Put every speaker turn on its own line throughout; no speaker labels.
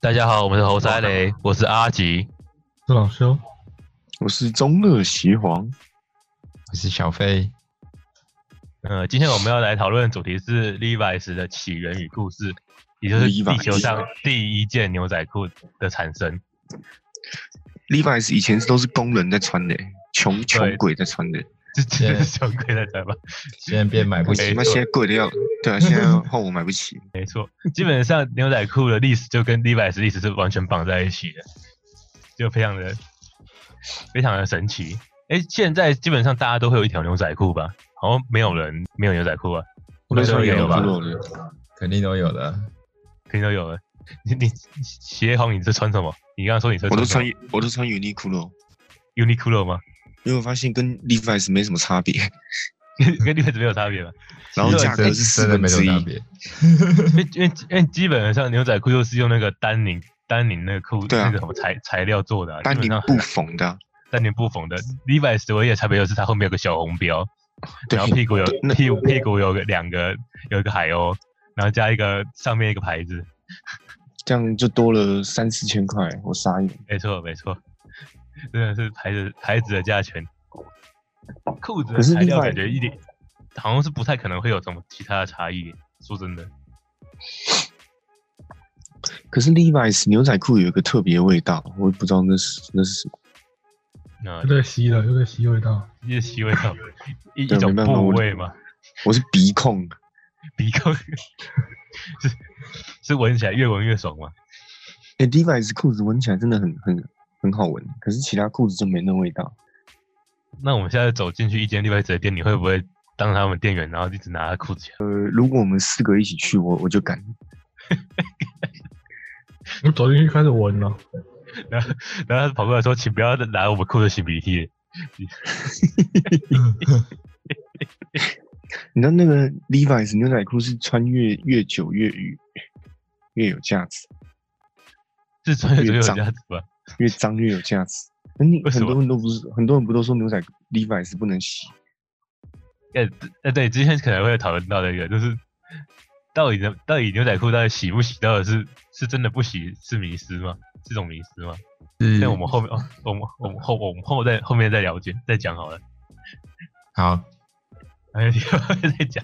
大家好，我们是猴塞雷，我是阿吉。
是老哦修，
我是中二邪皇，
我是小飞。
呃，今天我们要来讨论的主题是 Levi's 的起源与故事，也就是地球上第一件牛仔裤的产生。
Levi's 以前都是工人在穿的、穷穷鬼在穿的，
这真的是穷鬼在穿吧？
现在变买不起
没
他妈
错
现在贵的要，对啊，现在换我买不 起。
没错，基本上牛仔裤的历史就跟 Levi's 历史是完全绑在一起的，就非常的非常的神奇。哎、现在基本上大家都会有一条牛仔裤吧？好像没有人没有牛仔裤啊，
我都说有吧
我都说有
肯定都有的。
肯定都有了。你你鞋红，你是穿什么？你刚刚说你是
我都
什么
穿我都穿 Uniqlo，
Uniqlo 吗？
因为我发现跟 Levi's 没什么差别，
跟跟 Levi's 没有差别吧？
然后价格是四
真的
分
没有
之一
差。别。
因为因为因为基本上牛仔裤又是用那个丹宁丹宁那个裤、
对啊
那个什么材材料做的、啊，
丹
基
宁
本上
不 缝的啊，
丹宁不缝的。Levi's 唯一的差别就是它后面有个小红标，
对
然后屁股有
那
屁股屁股有个两个有一个海鸥，然后加一个上面一个牌子，
这样就多了三四千块，我傻眼。
没错没错，真的是牌子牌子的价钱，裤子的
可是
材料
Levi-
感觉一点好像是不太可能会有什么其他的差异。说真的，
可是 Levi's 牛仔裤有一个特别的味道，我也不知道那是那是什么。
那
有点稀了，有点稀味道。
一些气味上一
对
一种
没办法
部
我
位嘛，
我是鼻控，
鼻 孔是是闻起来越闻越爽嘛。
哎、l e v i s 裤子闻起来真的很很很好闻，可是其他裤子就没那味道。
那我们现在走进去一间 Levi's 的店，你会不会当他们店员，然后一直拿他裤子起来？
呃，如果我们四个一起去，我我就敢。
我走进去开始闻了，
然后然后他跑过来说：“请不要再拿我们裤子擤鼻涕。
你知道那个 Levi's 牛仔裤是穿越越久越越越有价值，”
是穿越左右
越
有
脏
价值吧？
越脏越有价值。那你
为什
很
么
多人都不是，很多人不都说牛仔 Levi's 不能洗？
哎哎，对，今天可能会讨论到的一个，就是到底牛到底牛仔裤到底洗不洗？到底是是真的不洗是迷失吗？是种迷失吗？
嗯
是
那我们后面哦我们我们后我们后再后面再了解再讲好了。
好，
哎， 你在讲，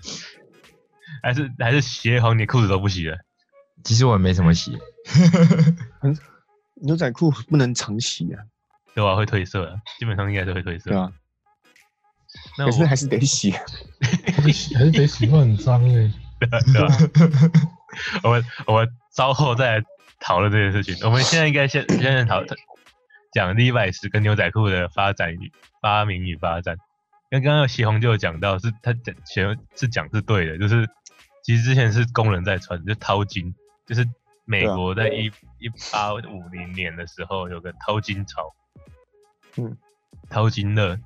还是还是鞋红，你裤子都不洗了？
其实我也没什么洗，
牛仔裤不能常洗啊，
对吧、会褪色的，基本上应该是会褪色。
对吧？
那
可
我
是还是得洗 啊。
还是洗还是得洗，会很脏 哎。
对吧？我们我们稍后再来讨论这件事情。我们现在应该先先在讨讲 Levi's 跟牛仔裤的发展与发明与发展。跟刚刚席红就有讲到，是他讲前是讲是对的，就是其实之前是工人在穿，就淘金，就是美
对啊
国在一一八五零年的时候有个淘金潮，
嗯，
淘金热，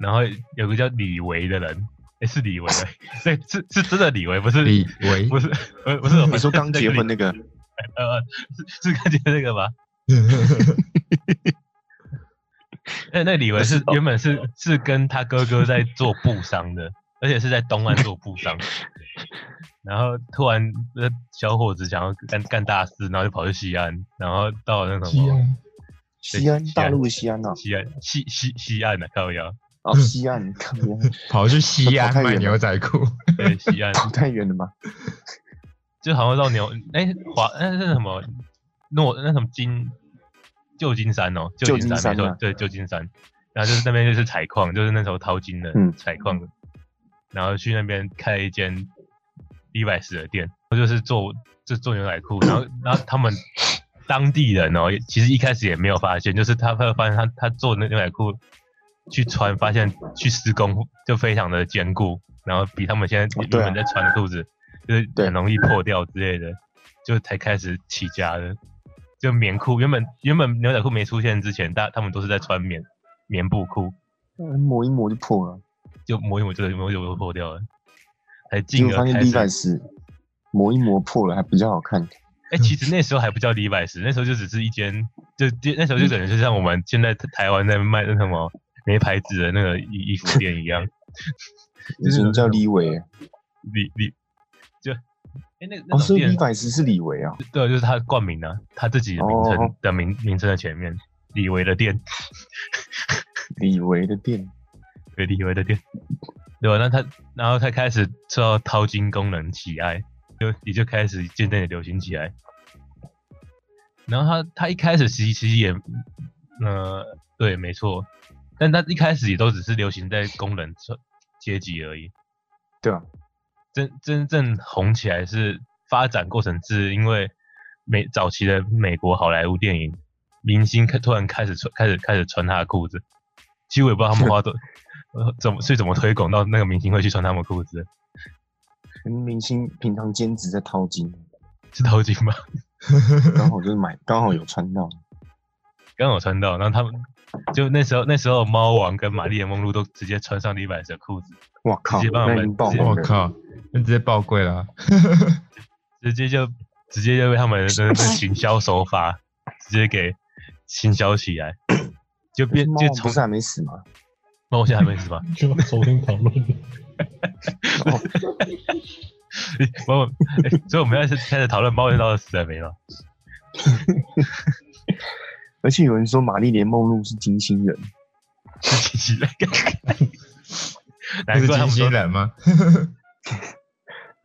然后有个叫李维的人，哎、是李维吗， 对，是是真的李维，不是
李维
不是，不是不是，
你说刚结婚那个，
呃， 是是刚结婚那个吧？那那李维是
哦
原本是是跟他哥哥在做布商的，而且是在东岸做布 商，然后突然呃小伙子想要干干大事，然后就跑去西安，然后到了那什
西
么
安，
西安大陆的西安啊，
西安西西西安的、啊、靠腰，
哦，西安，看不见
跑去西
跑
安
太远
卖
了
牛仔 裤，
对西安，
跑太远了吧？
就好像到牛哎、华那是什么诺那什么金旧金山哦，旧金
旧金山
山没错
啊，
对旧金山，然后就是那边就是采矿，就是那时候淘金的
嗯
采矿的，然后去那边开了一间 Levi's 的店，就是做就做牛仔裤，然后然后他们当地人哦，其实一开始也没有发现，就是他会发现他他做那牛仔裤去穿，发现去施工就非常的坚固，然后比他们现在
哦
原
对啊
本在穿的裤子、就是
对
很容易破掉之类的，就才开始起家的。就棉裤，原本原本牛仔裤没出现之前，大他们都是在穿棉棉布裤，
呃抹一抹就破了，
就磨一磨就磨一磨就破掉了，才
结
进
果
而
发现
开始
Levi's 磨一磨破了还比较好看。
哎、其实那时候还不叫李百石，那时候就只是一间，就就那时候
嗯
就感觉就像我们现在台湾在卖那什么没牌子的那个衣衣服店一样，
啊以前叫李伟，
李李就哎，那那
哦，
种
所以
店
Levi's 是李维啊，
对，就是他的冠名啊，他自己的名
哦
称的名名称的前面，李维的店，
李维的店。
对，李维的店，对吧？啊那他然后他开始受到淘金功能喜爱，就也就开始渐渐的流行起来。然后他他一开始其实其实也，呃，对，没错，但他一开始也都只是流行在工人阶阶级而已。
对啊，
真真正红起来是发展过程是因为美早期的美国好莱坞电影明星开突然开始穿开始开始穿他的裤子，其实我也不知道他们花多 呃怎么是怎么推广到那个明星会去穿他们裤子的，
可能明星平常兼职在淘金，
是头巾吗？
刚好就是买，刚好有穿到。
刚好有穿到，然后他们就那时候那时候猫王跟玛丽莲梦露都直接穿上李百的裤子，
哇靠，
直接帮我
那
们
已经爆
直接
红
我
了。
靠，那直接爆贵了啊。
直接就直接就被他们的那行销手法直接给行销起 来，就
可是
变
猫
就
王不
从
是还啊没死吗？
猫现在还没死吗？
就昨天讨论的，
猫、欸， 所以我们要开始讨论猫人到底死了没有？
而且有人说玛丽莲梦露是金星人，
那
难
是
怪他们
金星
说
人吗？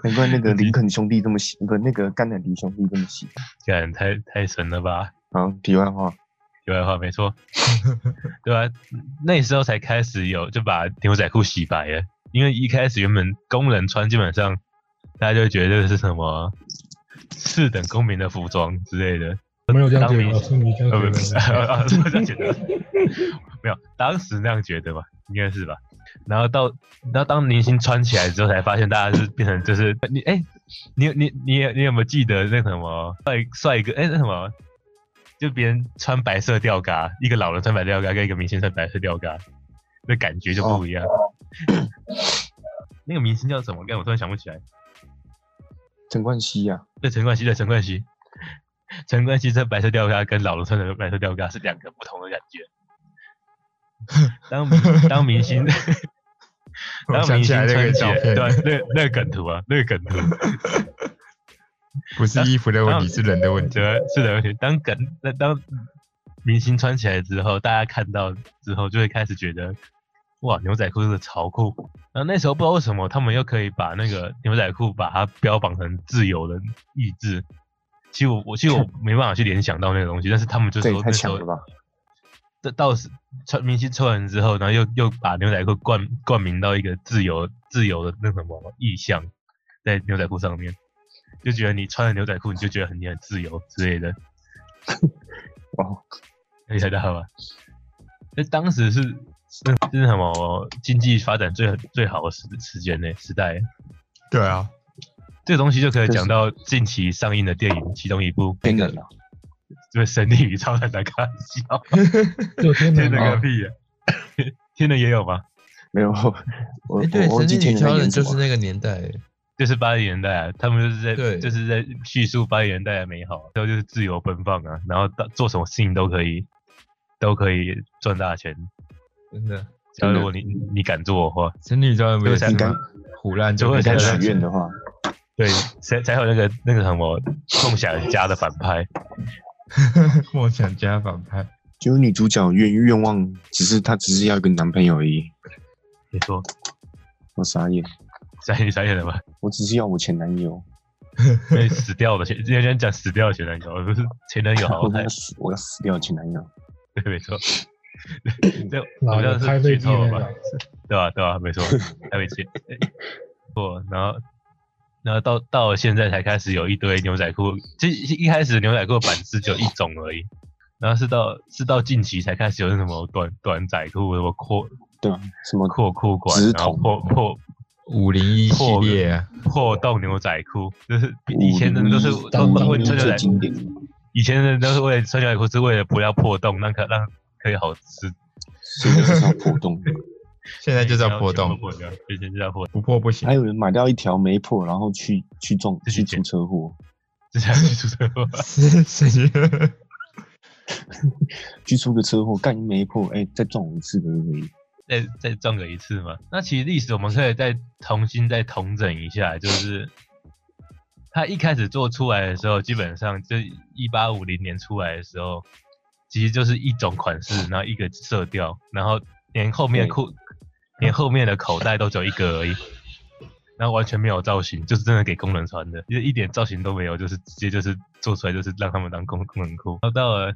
难怪那个
嗯
林肯兄弟这么喜，不，那个甘乃迪兄弟这么喜。
干太太神了吧？
好，题外话，
题外话，没错，对吧、那时候才开始有就把牛仔裤洗白了，因为一开始原本工人穿基本上大家就会觉得这是什么次等公民的服装之类的，
没有这样
当
觉
明
得，
星
是你 这
呃，
哦
样
不
觉
不是，
得。
啊，是我这样觉得，没有，当时那样觉得吧，应该是吧。然后到，然后当明星穿起来之后，才发现大家是变成就是你哎、你你你有你有没有记得那个什么帅帅哥哎、那什么，就别人穿白色吊嘎，一个老人穿白色吊嘎跟一个明星穿白色吊嘎，那感觉就不一样。 那个明星叫什么？刚我突然想不起来。
陈冠希啊呀、
对，陈冠希，对陈冠希， 陈冠希穿白色吊嘎跟老罗穿的白色吊嘎是两个不同的感觉。当明当明星，
我
当
想
明
起
星
来那
穿
个
起
照
来
片，
对，那个那个梗图啊，那个梗图，
不是衣服的问题，是人的问题
对。吧？是的，而且当梗那当明星穿起来之后，大家看到之后就会开始觉得，哇，牛仔裤真的超酷。然后那时候不知道为什么他们又可以把那个牛仔裤把它标榜成自由的意志。其实我我其实我没办法去联想到那个东西，但是他们就
这
说那
也太
时
强
候
了吧！
这到时穿明星穿完之后，然后又又把牛仔裤冠冠名到一个自由自由的那什么意象，在牛仔裤上面，就觉得你穿了牛仔裤，你就觉得很你很自由之类的，
哦，
你猜到吧？那当时是那是什么经济发展最最好的时时间呢时代，
对啊，
这个东西就可以
就是
讲到近期上映的电影其中一部，
天冷 啊了，
就是《神力与超人》的 开玩笑，
就天
啊
天
哪
的，个 屁呀、天的也有吗？
没有，我我
哎，对，
我忘
神
记
力女
天人在
超人
演什
就是
么了。
那个年代，
就是八零年代啊，他们就是在
对
就是在叙述八零年代的美好，然后就是自由奔放啊，然后到做什么事情都可以，都可以赚大钱。
真的。
只要
真的
如果你你你敢做的话，
神女照人不也是
你刚
吗？胡乱
就
就
会
会
你
想
敢
到
许愿的话，
对，才才有那个那个什么梦想家的反派，
梦想家反派，
就是女主角愿愿望，只是她只是要一个男朋友而已。
你说
我傻眼，
三一三演 的吧？
我只是要我前男友，
因为死掉的前，人家讲死掉的前男友，而不是前男友 好
我
歹
要。死，我要死掉前男友。
对，没错。这好
哪
像
个
是
开
剧
飞机
透了
那
吧
个？？
对啊吧、对吧、没错，还没接。错，然后，然后到到了现在才开始有一堆牛仔裤，其实一开始牛仔裤的版式只有一种而已，然后是到是到近期才开始有那什么短短仔裤，什么阔
对啊，什么
阔裤管
直，
然后
筒
破破
五零一系列啊，
破洞牛仔裤，
哦
就是比以前的都是
501
都都会
501
穿牛
最
仔
经典，
以前的人都是为了穿牛仔裤是为了不要破洞，让可让可以好吃。
所以就是要破 洞。
现在就叫破
然后全，
洞
部破掉，以前就叫破洞，
不破不行
还。有人买到一条没破，然后去去撞
自己
去
剪
出车祸，
这才是出车祸。
是谁？
去出个车祸，干没破，哎、再撞我一次可不可以？
再再撞个一次嘛。那其实历史我们可以再重新再统整一下，就是它一开始做出来的时候，基本上就一八五零年出来的时候，其实就是一种款式，然后一个色调，然后连后面的裤，连后面的口袋都只有一个而已，然后完全没有造型，就是真的给工人穿的，就是一点造型都没有，就是直接就是做出来就是让他们当工工人裤。然后到了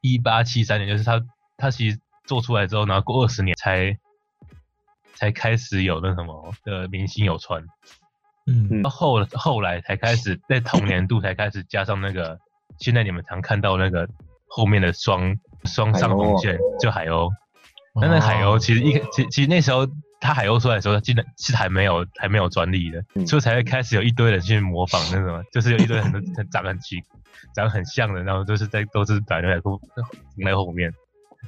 一八七三年，就是它它其实做出来之后，然后过二十年才才开始有那什么的明星有穿。
嗯，
到后后来才开始在同年度才开始加上那个，现在你们常看到那个后面的双双上红线，就海鸥。那那海
哦
鸥其实一其其实那时候它海鸥出来的时候，竟然是还没有还没有专利的，
嗯
所以才会开始有一堆人去模仿那什么，就是有一堆人 很很长得很奇长得很像的，然后就是在都是把牛仔裤停在后面。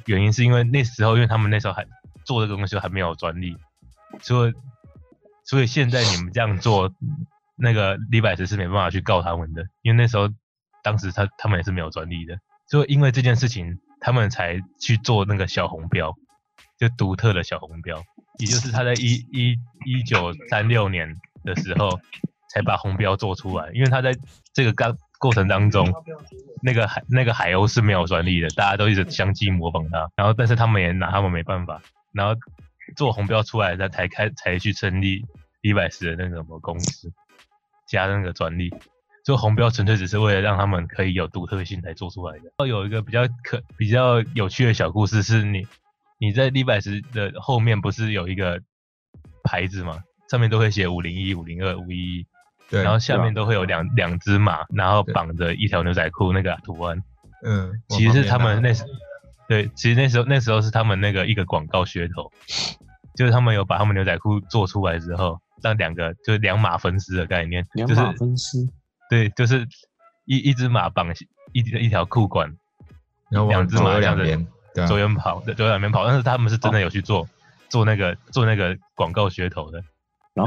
原因是因为那时候，因为他们那时候还做这个东西还没有专利，所以所以现在你们这样做，那个李百石是没办法去告他们的，因为那时候当时他他们也是没有专利的，所以因为这件事情，他们才去做那个小红标，就独特的小红标，也就是他在一一一九三六年的时候才把红标做出来，因为他在这个刚过程当中，那个海那个海鸥是没有专利的，大家都一直相继模仿它，然后但是他们也拿他们没办法，然后做红标出来，他才开才去成立李百石的那个什么公司，加那个专利。所以红标纯粹只是为了让他们可以有独特性才做出来的。然后有一个比较可比较有趣的小故事是你你在李百石的后面不是有一个牌子吗？上面都会写五零一、五零二、五一一，
对，
然后下
对啊
面都会有两两只马，然后
对
绑着一条牛仔裤那个图案。
嗯，我
其实是他
旁
们
边
那
拿
时，对，其实那时候那时候是他们那个一个广告噱头，就是他们有把他们牛仔裤做出来之后，让两个就是两马分尸的概念，
两
就是
马分尸，
对，就是一一只马绑一一条裤管，
然后往
两只马
左右两
这样子
边，对啊哦
左右跑，对左右两边跑，但是他们是真的有去做做那个做那个广告噱头的，
然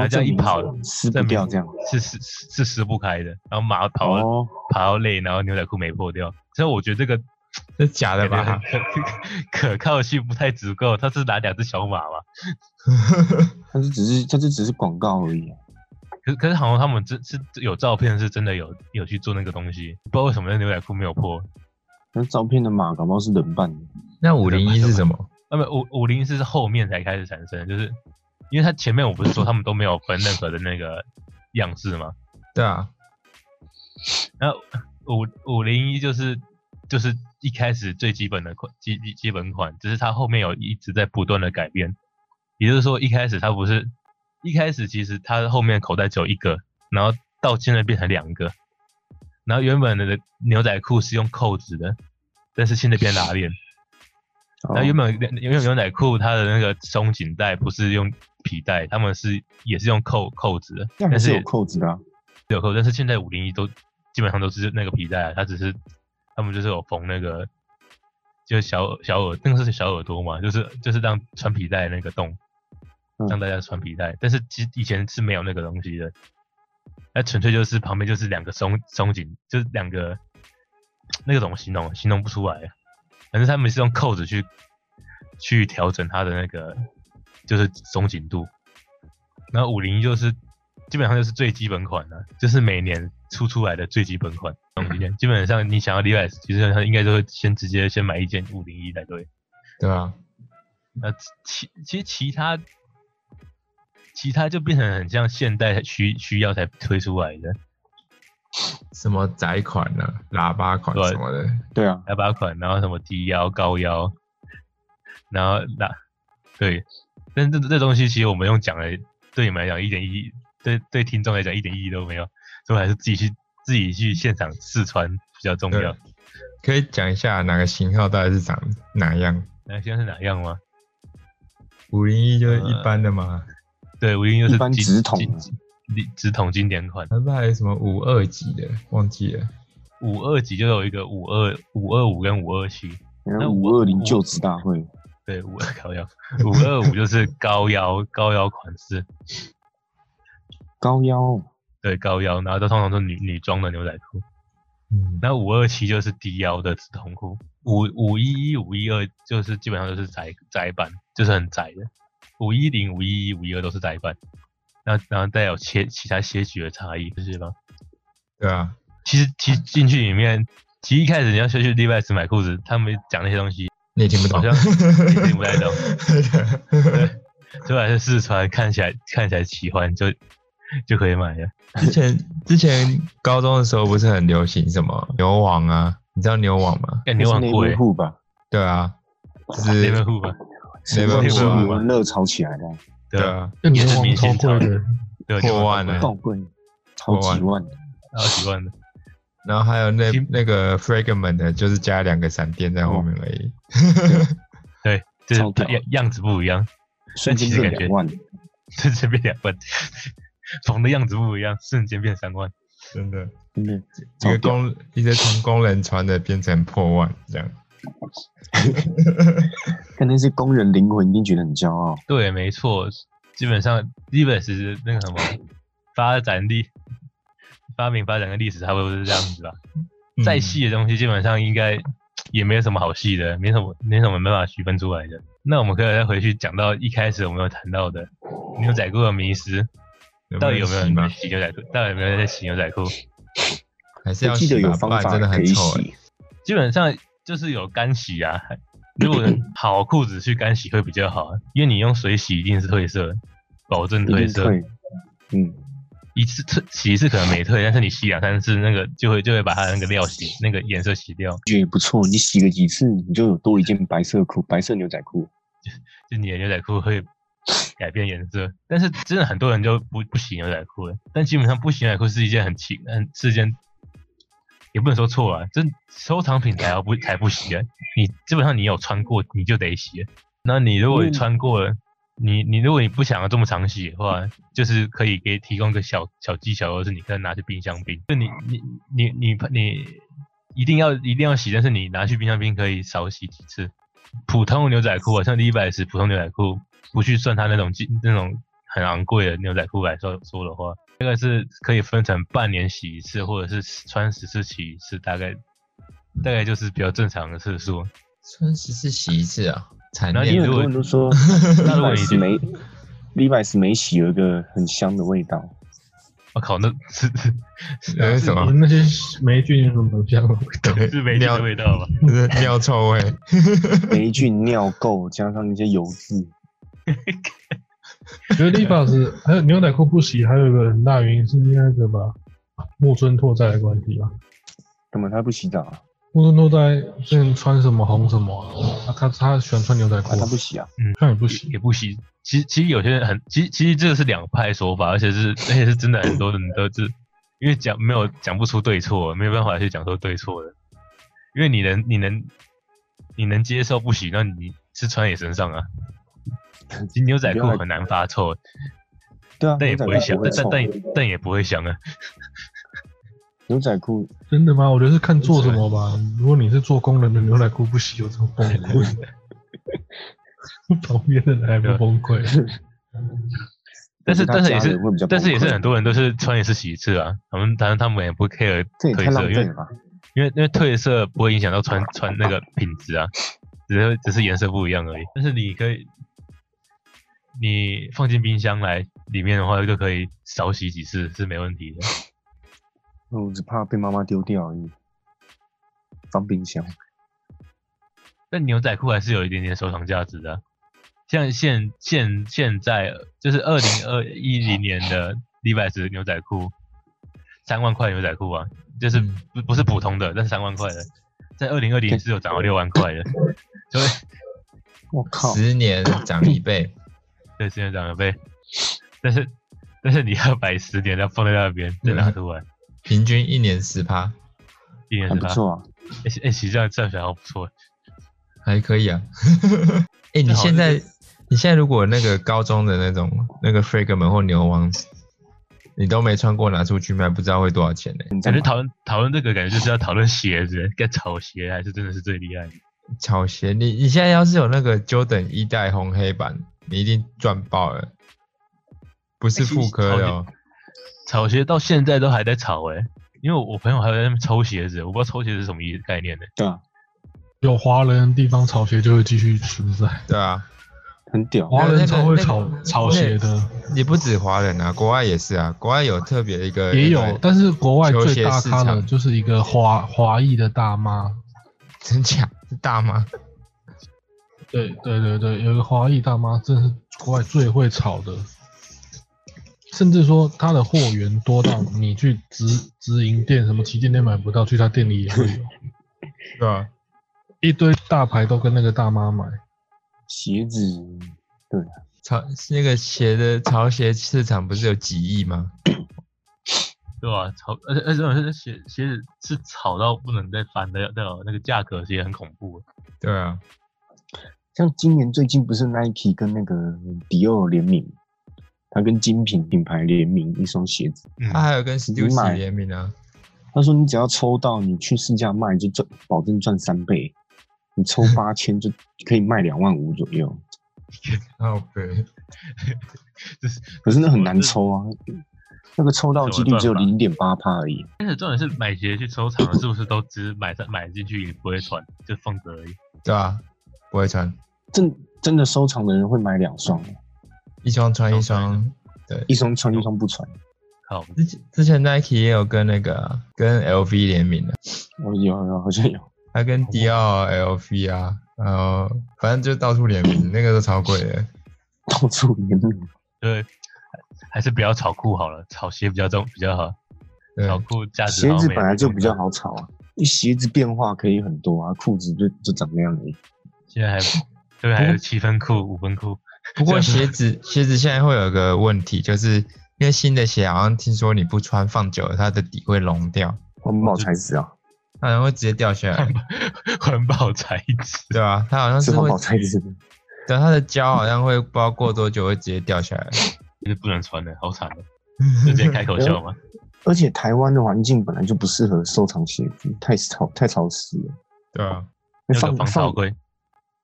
然后
后
这样一
证明
跑
撕不
证明
掉这样。
是是是是撕不开的，然后马跑到、
哦，
跑到累，然后牛仔裤没破掉，所以我觉得这个
这假的
感觉
吧
很？ 可可靠性不太足够，他是拿两只小马嘛。
但是只是，它这只是广告而已啊、
可是可是好像他们真是有照片，是真的有有去做那个东西，不知道为什么那牛仔裤没有破。
那照片的马搞不好是人扮的，
那五零一是什么？
那么五五零是后面才开始产生的，就是因为他前面我不是说他们都没有分任何的那个样式吗？
对啊，
那五五零一就是就是一开始最基本的款基基基本款，只是它后面有一直在不断的改变。也就是说，一开始它不是一开始其实它后面口袋只有一个，然后到现在变成两个，然后原本的牛仔裤是用扣子的，但是现在变拉 链。
哦
那原本原本牛仔裤它的那个松紧带不是用皮带，他们是也是用扣扣子的，
这样还
但
是
是
有扣子的、啊，
有扣，但是现在五零一都基本上都是那个皮带啊，它只是他们就是有缝那个，就是小小耳，那个是小耳朵嘛，就是就是让穿皮带的那个洞，
嗯
让大家穿皮带，但是其实以前是没有那个东西的，那纯粹就是旁边就是两个松松紧，就是两个那个怎么形容啊形容不出来，反正他们是用扣子去去调整它的那个就是松紧度，然后五零一就是基本上就是最基本款了、就是每年出出来的最基本款东西。基本上你想要 Levi's，其实它应该都会先直接先买一件五零一才对。
对啊，
那其其实其他其他就变成很像现代需需要才推出来的
什么窄款啊，喇叭款
对
什么的，
对啊，
喇叭款，然后什么低腰、高腰，然后那对，但是这这东西其实我们用讲的，对你们来讲一点意义，对对听众来讲一点意义都没有，所以还是自己去自己去现场试穿比较重要
对。可以讲一下哪个型号大概是长哪样？
那现在是哪样吗？
五零一就是一般的嘛，
对，五零就是
一般
经
直筒
经
啊
经直筒经典款。
然后还有什么五二级的，忘记了。
五二级就有一个五二五二五跟五二七，
然
那
后五
我
二零
我
就职大会，
对，五二高腰， 五二五就是高腰高腰款式，
高腰
对高腰，然后都通常都是女女装的牛仔裤。
嗯，
那五二七就是低腰的直筒裤，五五一一五一二就是基本上都是窄窄版，就是很窄的。五一零、五一一、五一二都是窄版，然后然后再有切其他些许的差异，这些吧。
对啊，
其实其实进去里面，其实一开始你要先去 Levi's 买裤子，他们讲那些东西
你也听不懂，
好像也听不太懂
对。
就还是试穿，看起来看起来喜欢就就可以买了。
之前之前高中的时候不是很流行什么牛网啊？你知道牛网吗？
干哎牛很
内
贵
内，裤吧，
对啊，就是
内裤吧，
谁让
内
新
裤啊
闻热炒起来的，
对
对
吧？
啊，
那
也是
牛
明
王超
星
贵的，
对，
哦
破万
了
了，
爆贵，好几万，
二十万的。
然后还有那
听
那个 fragment 的，就是加两个闪电在后面而已。
就是
超屌
样样子不一样，
瞬间
但
变
其实
两万，
瞬间变两万，缝的样子不一样，瞬间变三万。
真的，
真的
一
超
哦
个
屌。
工一个从工人穿的变成破万这样，
但那些工人灵魂一定觉得很骄傲，
对，没错，基本上日本是那个什么发展历、发明发展跟历史差不多是这样子吧。
嗯
再细的东西基本上应该也没有什么好细的，没什么没什么没办法区分出来的。那我们可以再回去讲到一开始我们有谈到的牛仔裤的迷失，到底有没有
洗
人在
吗？
洗牛仔裤？到底有没有人在洗牛仔裤？
还是
我
要
记得
洗
有
吧，
方
不然
法
真的
可
很
以
臭
欸
哎、
洗，
基本上就是有干洗啊。如果好裤子去干洗会比较好，因为你用水洗一定是褪色，保证
一
褪
定
色。
退。嗯，
一次褪洗一次可能没褪，但是你洗两三次，那个就会就会把它那个料洗那个颜色洗掉。
觉得也不错。你洗个几次，你就有多一件白色裤、白色牛仔裤。
就你的牛仔裤会改变颜色。但是真的很多人就不不洗牛仔裤了，但基本上不洗牛仔裤是一件很奇，很是一件也不能说错啊，这收藏品才要不才不洗啊。你基本上你有穿过你就得洗，那你如果你
嗯
穿过了。你你如果你不想要这么常洗的话，就是可以给提供个小小技巧，就是你可以拿去冰箱冰。就你你你你你一定要一定要洗，但是你拿去冰箱冰可以少洗几次。普通牛仔裤啊，像 Levi's 普通牛仔裤，不去算它那种进那种很昂贵的牛仔裤来说说的话，这个是可以分成半年洗一次，或者是穿十次洗一次，大概大概就是比较正常的次数。
穿十次洗一次啊，惨
然后
烈。
你
因为
哎如
很
果
多人都说
那如果你
Levi's
就
没 Levi's 没洗有一个很香的味道，
我哦靠，那是
那是哎什么？
呃那些霉菌有什么香 的味道？
是是霉菌的味道吧？
就是尿臭 味，
霉菌、尿垢加上一些油渍，
我觉得 Levi's 还有牛仔裤不洗，还有一个很大原因是因为那个吧，木村拓哉的关系吧。
根本他不洗澡啊，
木村拓哉之前穿什么红什么啊，啊他他喜欢穿牛仔裤
啊
啊，
他不洗啊，
看也不洗。
也不洗。其实其实有些人很，其实其实这个是两派说法，而且是而且是真的很多人都是因为讲没有讲不出对错，没有办法去讲说对错的，因为你能你能你能接受不洗，那你是穿你身上 啊。其实牛仔
你
裤
不要来
很难发臭，
对啊，
但也
牛
不
仔裤
会香，但但
臭，
但也但也不会香啊。
牛仔裤
啊
真的吗？我觉得是看做什么吧。如果你是做工人的牛仔裤不洗，有这种崩溃， 旁边的人还不崩溃？
但是
他
但是也
家人
是
会比较崩溃，
但是也是很多人都是穿一次洗一次啊，他们当然他们也不 care
这也太
褪
浪
色，因
费
为
了吧？
因为因为褪色不会影响到穿穿那个品质啊，只是只是颜色不一样而已。但是你可以，你放进冰箱来里面的话，就可以少洗几次是没问题的。
我只怕被妈妈丢掉而已，放冰箱。
但牛仔裤还是有一点点收藏价值的啊、像现现现在就是二零二一零年的 Levi's 牛仔裤，三万块牛仔裤啊，就是
嗯
不不是普通的，但是三万块的，在二零二零是有涨到六万块的，所以
我靠，
十年长一倍，
对，时间长了呗。但是但是你要摆十年，要放在那边再
嗯
拿出来，
平均一年十趴，
一年
还
是
不
吧？
错啊，
哎哎，其实这样这样想好不错。
还可以啊。哎、你
好
现在
这
你现在如果那个高中的那种那个 fragment 或牛王，你都没穿过拿出去卖，不知道会多少钱呢、
你在
感觉
买
讨论讨论这个，感觉就是要讨论鞋子，该炒鞋还是真的是最厉害的。
炒鞋，你你现在要是有那个 Jordan 一代红黑版，你一定赚爆了，不是
哎其实
复刻的哦。
炒鞋到现在都还在炒哎、因为我我朋友还有在那边抽鞋子，我不知道抽鞋子是什么意思概念呢、
对啊，
有华人地方潮鞋就会继续存在。
对啊，
很屌。
华人超会炒
那个
炒鞋的，
也不止华人啊，国外也是啊，国外有特别一个
也
那
有，
个
但是国外
球
最
鞋
大
市
咖的
场
就是一个华华裔的大妈，
真假是大妈，
对对对对，有一个华裔大妈，真是国外最会炒的，甚至说她的货源多到你去直直营店、什么旗舰店买不到，去她店里也会有
对吧、啊？
一堆大牌都跟那个大妈买。
鞋子，
潮那个鞋的潮鞋市场不是有几亿吗？
对吧、炒，而且而且而且鞋鞋子是炒到不能再翻的那种那个价格，其实很恐怖。
对啊，
像今年最近不是 Nike 跟那个迪奥联名，他跟精品品牌联名一双鞋子，
嗯
他还有跟 Stussy
买
联名啊，
他说你只要抽到，你去市价卖就赚，保证赚三倍。你抽八千就可以卖两万五左右，
哦对，
就是
可是那很难抽啊，那个抽到几率只有
这怎么
零点八帕而已。
但是重点是买鞋去收藏，是不是都只买上买进去也不会穿，就放着而已？
对啊，不会穿，
真真的收藏的人会买两双，
一双穿一
都穿
双。
一双穿一双不穿。
靠，
之前之前 Nike 也有跟那个啊跟 LV 联名啊的、
哦，有有好像有，
他跟迪奥、LV 啊，然后反正就到处联名，那个都超贵 的。
到处联名。
对，还是不要炒酷好了，炒鞋比较重比较好。
对，
炒酷价值
鞋
好像
子
没
本来就
那么
比较
高，
好炒啊，你鞋子变化可以很多啊，裤子就就长那样而已。
现在还对，还有七分裤、五分裤，
不过鞋子 鞋子现在会有个问题，就是因为新的鞋好像听说你不穿放久了，它的底会溶掉，
环保材质啊，
它好像会直接掉下 来，
环保材质。
对吧、它好像
是
是
环
会
保，材质的。
对它的胶好像会不知道过多久会直接掉下来。
就是不能穿的，好惨哦！ 就直接开口笑嘛。
而且台湾的环境本来就不适合收藏鞋子，太潮太潮湿了。
对啊，
你
那
哎放
个防潮
放
柜，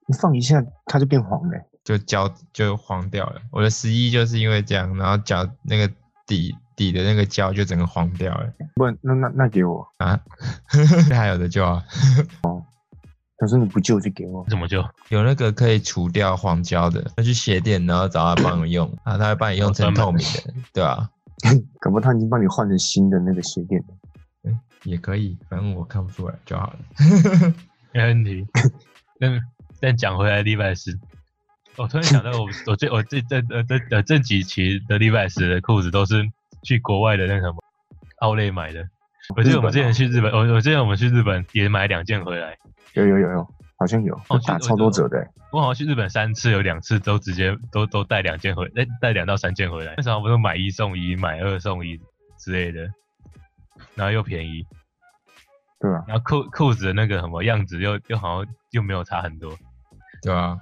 你放一下，它就变黄了欸、
就胶就黄掉了。我的十一就是因为这样，然后脚那个底底的那个胶就整个黄掉 了。
不然，那那那给我。
这还有的救啊，
他说你不救就给我。
怎么就
有那个可以除掉黄胶的，要去鞋店，然后找他帮你用啊，他会帮你用成透明的，对啊，
搞不好他已经帮你换成新的那个鞋垫了。
也可以，反正我看不出来就好了。
没问题？但但讲回来，礼拜四，我突然想到我，我这我这这呃这呃这几期的礼拜四的裤子都是去国外的那什么奥莱买的。我记得我们之前去日本，我我记得我们去日本也买两件回来。
有有有有，好像有，
哦
打
是
超多折的欸、
我好像去日本三次，有两次都直接都都带两件回，哎带两到三件回来。那时候不是买一送一、买二送一之类的，然后又便宜。
对吧、
然后裤裤子的那个什么样子又又好像又没有差很多，
对啊，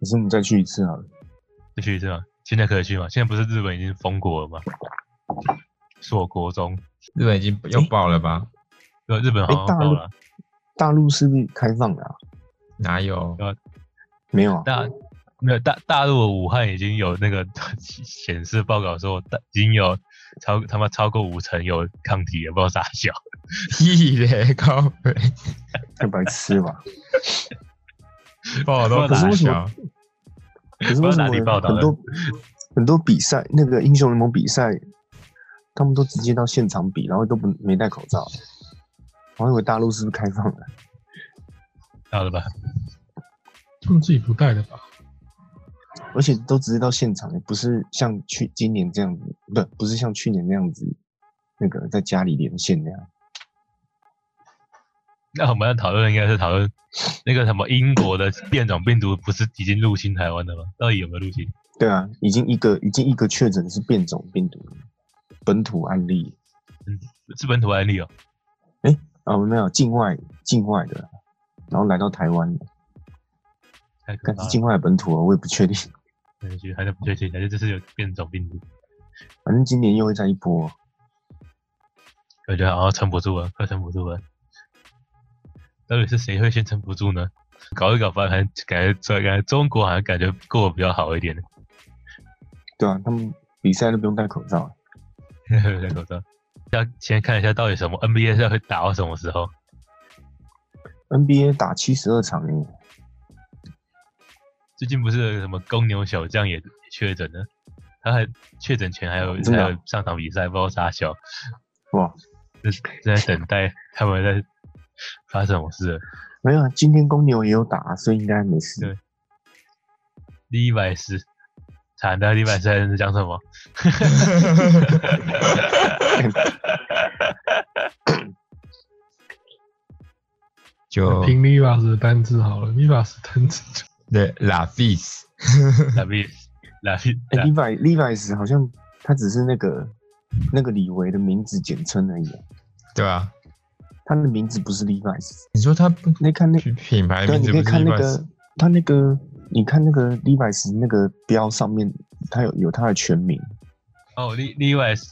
可是你再去一次好了。
就去是吗？现在可以去吗？现在不是日本已经封国了吗？锁国中，
日本已经又爆了吧？
对，日本好像
诶大陆
爆哦了，
大陆是不是开放了、啊？
哪 有？
没有啊，
大没有大大陆的武汉已经有那个 显示报告说，大已经有超他妈超过五成有抗体了，不知道啥小，
屁嘞，靠北！
太白痴 了吧？
爆都
可是
打
为什
消
么，可是
不
为什么
知道哪里报道的
很多很多比赛，那个英雄联盟比赛，他们都直接到现场比，然后都不没戴口罩。我还以为大陆是不是开放了？
到了吧？
他们自己不带的吧？
而且都直接到现场，不是像去今年这样子，不不是像去年那样子，那个在家里连线那样。
那我们要讨论应该是讨论那个什么英国的变种病毒不是已经入侵台湾了吗？到底有没有入侵？
对啊，已经一个已经一个确诊是变种病毒了本土案例
是本土案例哦，
啊，没有境外境外的，然后来到台湾，
太可
但
怕
是
了。
境外本土啊，我也不确定，
还是还是不确定，还是这是有变种病毒，
反正今年又会再一波。
我觉得好像撑不住了，快撑不住了。到底是谁会先撑不住呢？搞一搞吧，反正感觉感觉中国好像感觉过得比较好一 点，
对啊，他们比赛都不用戴口罩，
戴口罩。要先看一下到底什么 NBA 是会打到什么时候？
NBA 打七十二场耶，
最近不是有什么公牛小将也也确诊了，他还确诊前还有
真
还
的啊
有上场比赛，不知道啥小，
哇，
正正在等待他们在发生什么事了。
没有啊，今天公牛也有打，所以应该没
对
事。
利百斯，惨的利百斯还能讲 什么？
哎
就
拼 Mivas 的单字好了，Mivas 单 字就
对拉菲斯，
拉比拉比
哎
拉
，Levi Levi's 好像他只是那个那个李维的名字简称而已啊，
对吧、啊？
他的名字不是 Levi's。
你说他不
你 看那
品品牌
对啊，
名
你
字
可
不
以
是
看那
Levi's，
个他那个，你看那个 Levi's 那个标上面，他有有他的全名。
哦，利利百斯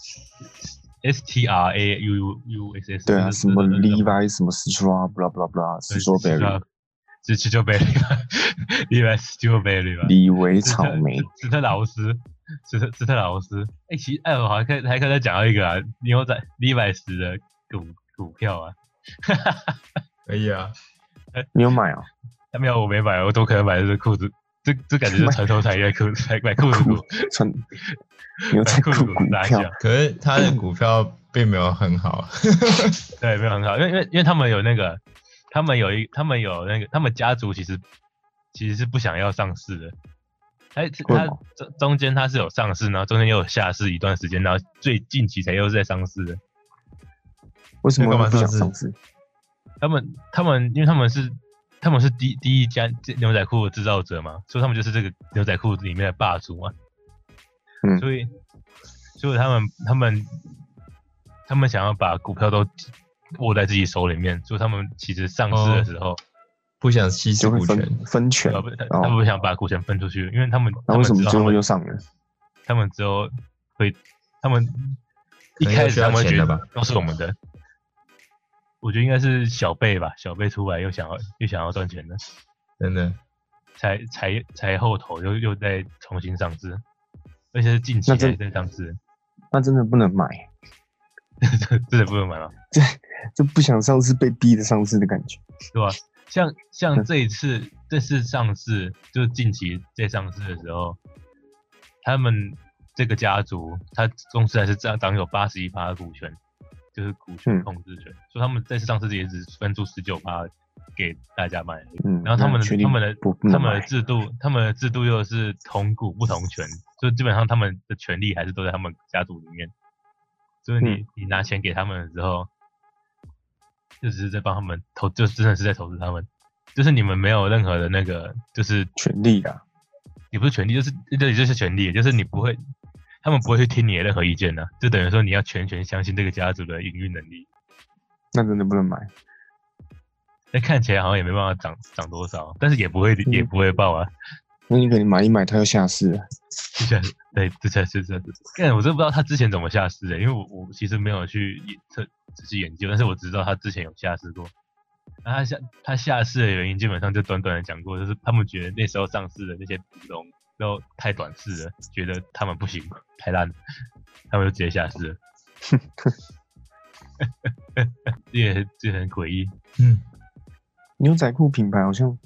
S T R A U U U S S，
对啊，什么
Levi
Levi 什么 Stra blah blah blah strawberry
是 strawberry 吧？利百斯 strawberry 吧？
李 维草莓
史，特史特劳斯，史特史特劳斯。哎、其实哎，我还可以还可以再讲到一个啊，牛仔利百斯的股股票啊，
可以啊，
你有买哦？
没有我没买，我都可能买的是裤子，这这感觉是传统产业裤子，买买裤 子股，
穿牛
买
仔
裤子
裤
股
股
大
票
家。
可是他的股票并没有很好，
对，没有很好，因为因为因为他们有那个，他们有一，他们有那个，他们家族其实其实是不想要上市的。哎，
为什
他
么
中中间他是有上市，然后中间又有下市一段时间，然后最近期才又在上市的。
为什么
那干嘛
我不想
上市
上市？
他们他们因为他们是他们是第第一家牛仔裤的制造者嘛，所以他们就是这个牛仔裤里面的霸主嘛。
嗯
所以所以他们他们他们想要把股票都握在自己手里面，所以他们其实上市的时候，呃
不想稀释
就会
股权
分，分权
啊他不他他
哦哦。
不想把股权分出去，因为他们他
那为
们
什么
知道
最
他
后
们
又上了？
他们之后会，他们一
可能
开
要
始
需要
他们会
钱
觉
的
得
吧
都是我们的。我觉得应该是小贝吧，小贝出来又想要又想要赚钱的，
真的
才才才后头又又再重新上市，而且是近期
那这
才在上市，
那真的不能买，
这这也不能买吗？
这不想上市被逼的上市的感觉。
对吧、像像
嗯
这一次这次上市，就是近期在上市的时候，他们这个家族，他公司还是占掌有八十一趴的股权，就是股权
嗯
控制权，所以他们这次上市也只分出十九趴给大家买而已。
嗯，
然后他们
那确
的
定
他们的
不不
他
能
们的
买，
制度，他们的制度又是同股不同权，所以基本上他们的权利还是都在他们家族里面。所以你、
嗯
你拿钱给他们的时候，就只是在帮他们投，就真的是在投资他们，就是你们没有任何的那个，就是
权利啊，
也不是权利，就是这里就是权利，就是你不会，他们不会去听你的任何意见呢、就等于说你要全权相信这个家族的营运能力。
那真的不能买。
但看起来好像也没办法涨涨多少，但是也不会也
嗯
不会爆啊，
那你可能买一买，它又下市了。
之前对，之前是这样子。但我真不知道他之前怎么下市的、因为我我其实没有去研特仔细研究，但是我知道他之前有下市过。那他下他下市的原因，基本上就短短的讲过，就是他们觉得那时候上市的那些股东都太短视了，觉得他们不行，太烂了，他们就直接下市了。 这也这也很诡异。
嗯，
牛仔裤品牌好像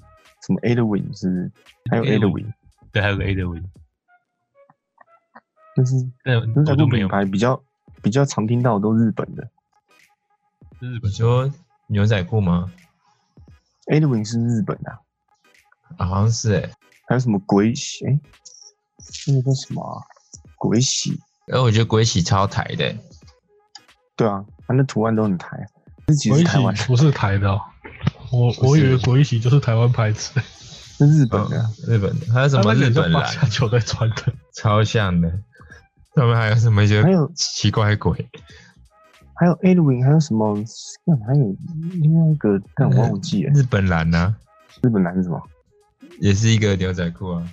什么 Edwin 是，还有
Edwin
Edwin，
对，还有个 A 的 Win，
但是
但
牛
我
仔
哦都
裤
没
品
有。
牌比较比较常听到的都日本的
日
你
本
说牛仔裤吗？
，Edwin 是日本的啊、
啊，好像是哎、
还有什么鬼洗？哎、那个叫什么啊、鬼洗？
而我觉得鬼洗超台的欸、
对啊，它那图案都很台，这其
国
实
一
是台湾的
起，不是台的哦、我我以为国一起就是台湾牌子，
是日本
嗯
的啊、
日本的，还有什么
它
日
那个也是
本啊
八
蓝，
下球在穿的，
超像的。他们还有什么一些
嗯
还有
奇怪鬼？
还有 Edwin，还有什么？干还有另外一个，但我
嗯
忘记了，
日本蓝呢、啊，
日本男是什么
也是一个牛仔裤啊，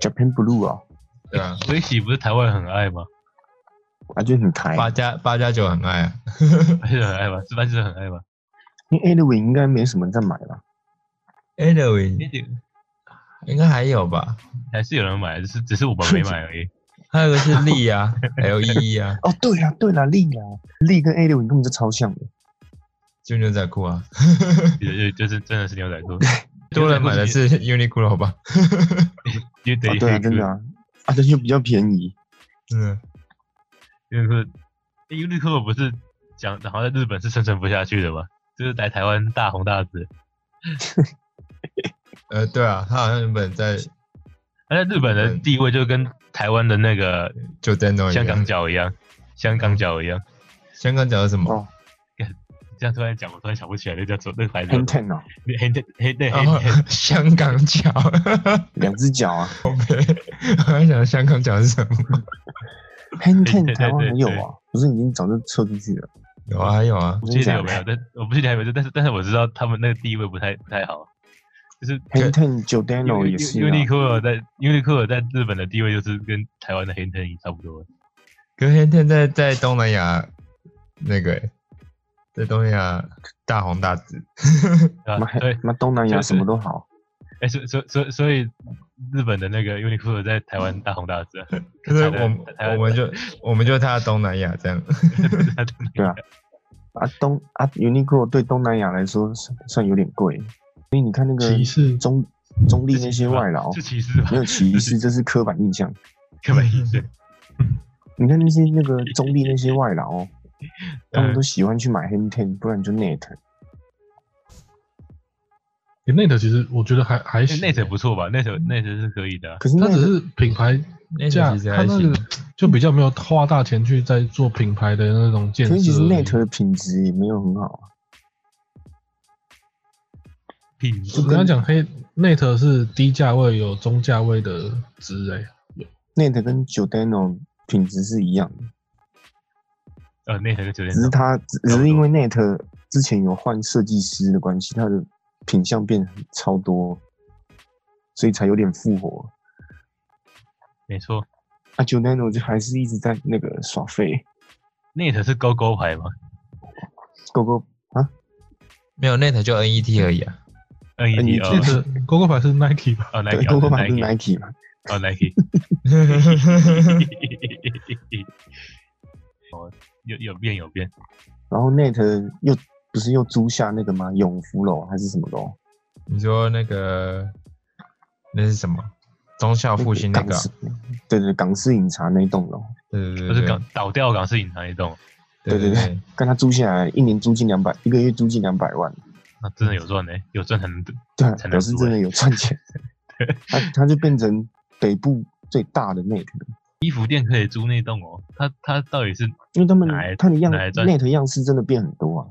？Japan Blue 啊，
对啊，
威喜不是台湾很爱吗？
啊，就很台。
八加八加九很爱啊，
还是很爱吧，是吧？就是很爱吧。
因为 Edwin 应该没什么人在买吧？
a d
那
w
这个
应该还有吧？
还是有人买，只是只是我们没买 而已。
还有一个是利啊，L E E 啊，
哦，对啊，对啦，丽啊，丽跟 Edwin 根本就超像的。
就牛仔裤啊，
就就就是真的是牛仔裤，
多人买的是 Uniqlo 吧？
也得
啊，对啊，真的啊，啊，这就比较便宜。
嗯，
就是诶 Uniqlo 不是讲，然后在日本是生存不下去的嘛，就是来台湾大红大紫。
呃，对啊，他好像原本在
而在日本的
对
地位就跟台湾的那个
就在那
香港脚一样，香港脚一样。
香港脚是什么？
哦
这样突然讲，我突然想不起来那叫做那个牌子叫
，Hand
什么。
Ten 哦，
黑 黑黑对黑
然后哦 香港脚，
两只 脚啊
我在想香港脚是什么？
，Hand
对
Ten
对
台湾还有
对
啊，不是已经早就撤出去了？
有啊，还有啊
不
我跟
记
你
得
讲
有没有，但我不记得有没有，但是但是我知道他们那个地位不太不太好，就是
，Hand Ten Giordano 也是啊，
Uniqlo 在 Uniqlo 在日本的地位就是跟台湾的 h a n t e n 差不多。
可是 Hanten 在在东南亚那个、欸，在东南亚大红大紫，
对
妈
吧？对，
妈东南亚
就
什么
是
都好，
哎、所所所所以日本的那个 Uniqlo 在台湾大红大紫啊，
可是
台
我
湾
们
台湾
我们就我们就他的东南亚这样，
对啊。啊东啊，Uniqlo 对东南亚来说算算有点贵，所以你看那个
歧视
中中立
是
那
歧
些
视吧
外劳
是歧视吧
没？有歧
是
视，这是刻板印象。
刻板印 象。
你看那些那个中立那些外劳，哦他们
嗯
都喜欢去买 Hand Ten，不然就 Net。
欸 Net 其实我觉得还还
啊
行、
那 t 不错吧？那 t 那 t 是可以的啊。
可是
它
那
只
个
是品牌
那
价，
其实
它
还
那
行
个。就比较没有花大钱去在做品牌的那种建
可
设
是
而
其
已。
实 Net 的品质也没有很好啊。
品
我跟他讲黑 Net 是低价位有中价位的值哎、
Net 跟 Giordano 品质是一样的，
呃，那 t 跟酒店
只是它只
差
只
不多
是因为 Net 之前有换设计师的关系，它的品相变超多，所以才有点复活。
没错。
啊，Giordano 就还是一直在那个耍废，
那 t 是勾勾牌吗
狗狗
没有 Net 就 NET 而已啊。
？N E T
嗯
哦
Net 勾勾牌是 Nike 吧？
哦
对，
，Nike
狗狗
哦
牌是
，Nike
Nike 嘛，
哦，Nike。哦，有有变有变，
然后 Net 又不是又租下那个吗？永福楼还是什么楼？
你说那个那是什么？忠孝复兴那
港
个啊、
式，对对，港式饮茶那一栋楼，
对对
就
对
是
对
港倒掉港式隐藏一栋，
对
对对对
对，
跟他租下来，一年租金两百，一个月租金两百万，
那真的有赚呢，有赚很多。
对啊
才，能
表示
租
真
欸
的有赚 钱。他他就变成北部最大的 Net，
衣服店可以租那栋哦，它它到底是
因为他们
哪来
他的样
哪来赚
Net 样式真的变很多啊，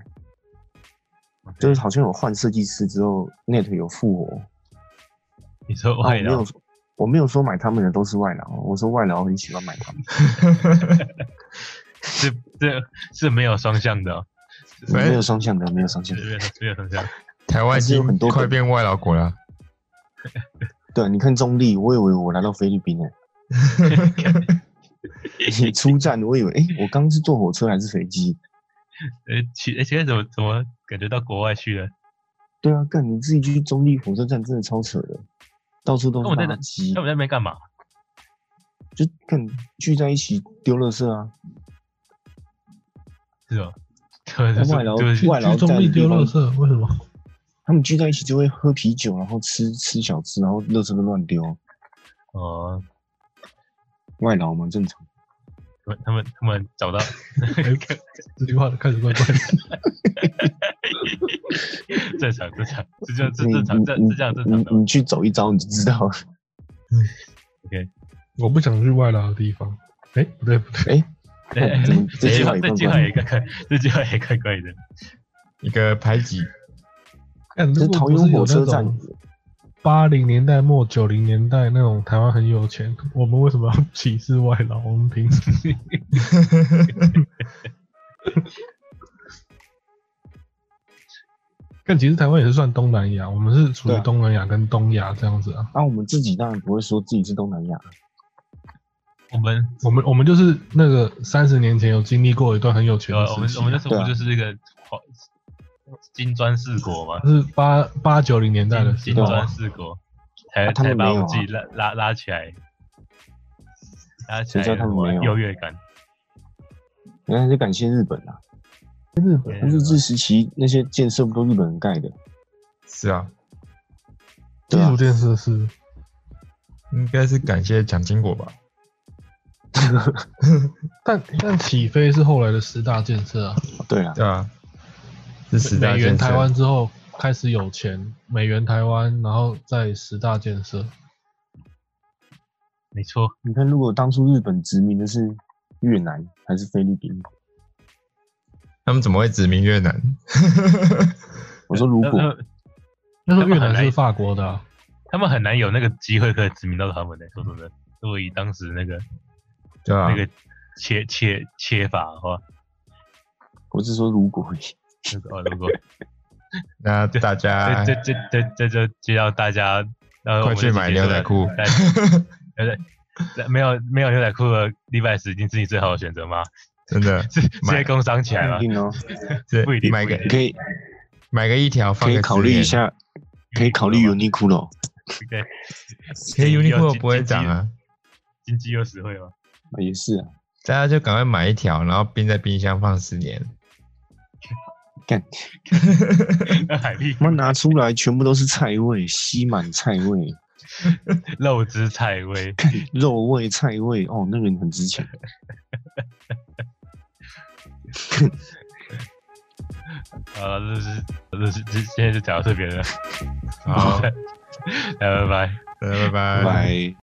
就是好像有换设计师之后，Net 有复活。
你说
啊我
外
没
劳
有，我没有说买他们的都是外劳，我说外劳很喜欢买他们，
是这是没有双向的哦，
反
没有
正
双向的，没有双向
是
的。
没有没有双向。
台湾已
还是有很
经
多
快
本
变外劳国了。
对，你看中立，我以为我来到菲律 宾呢、你出站，我以为，哎、我刚是坐火车还是飞机？
呃，其而且怎么怎么感觉到国外去了？
对啊，干你自己去中立火车站，真的超扯的，到处都
那
是
我在
垃
那
圾
他，们在那边干嘛？
就干聚在一起丢垃圾啊！
是 哦，对，就是
外劳
就是
外劳
去中
在
立
的地
丢
方
垃圾，为什么？
他们聚在一起就会喝啤酒，然后吃吃小吃，然后垃圾都乱丢，
哦，
外劳嘛正常。
他们他们他们找到
这句话开始怪怪的。
正常正常，是这样这
你
正常
你
这
你
是这样正常的
你
吗。
你去走一遭你就知道了。
我不想去外劳的地方。哎、不对不对，
哎、
哎哎
怎么这
这
句
句
话
话
也
这句
怪
话
怪
也怪怪，这句话也怪怪的。
一个排挤，
看
这
如果
桃
不是
园
有
火车
那
站
种八零年代末九零年代那种台湾很有钱，我们为什么要歧视外劳？我们凭什么？ 但其实台湾也是算东南亚，我们是属
对
于
啊
东南亚跟东亚这样子啊。
那、啊、我们自己当然不会说自己是东南亚，
我们
我们我们就是那个三十年前有经历过一段很有钱
呃
的
我
时
们
期啊、
我们那时
对
候
啊
不就是一个华金砖四国嘛，
是八八九零年代的
金
时
金
候啊、
砖嗯四国才
啊他
才
们
把
没
我
有
们
啊
自己拉拉拉起来，拉起
谁
来
叫他们没有
优越 感。
原来是感谢日本啊。
嗯
日本日治时期那些建设不都日本人盖的？
是啊，
基
对啊
础建设是
应该是感谢蒋经国吧？
但但起飞是后来的十大建设啊，
对啊，
对啊，是十大
美
建
元
设
台湾之后开始有钱，美元台湾，然后再十大建设，
没错，
你看，如果当初日本殖民的是越南还是菲律宾，
他们怎么会殖民越南？
我说如
那
果
那
那时候越
他们
南
很
是
来
法国的、啊，
他们很难有那个机会可以殖民到他们的。欸说真的，如果以当时那个
对啊
那，个切切切法的话，
我是说如果而已，
那个哦，如 果
那大
哎
家
这这这这这就就让大家，呃，
快去买牛仔裤
但 牛仔没有没有牛仔裤的礼拜十已经是你最好的选择吗？
真的
直直接
买
工商起来吗
不一？定哦，
这
不一定
买
不
个
一定
可以
买个一条，放
可
个
以
十
考虑
年
一，下，可以考虑 Uniqlo，
对，
可以 Uniqlo
经
不会涨，啊，
经济经济又实惠吗？
啊也是啊，
大家就赶快买一条，然后冰在冰箱放十年。
那海蛎
妈拿出来全部都是菜味，吸满菜味、
肉汁菜味，
肉味、菜味，哦，那个很值钱。
啊，这是这是这现在就讲到这边了，
好，
呃来拜拜。
拜
拜
拜。
拜。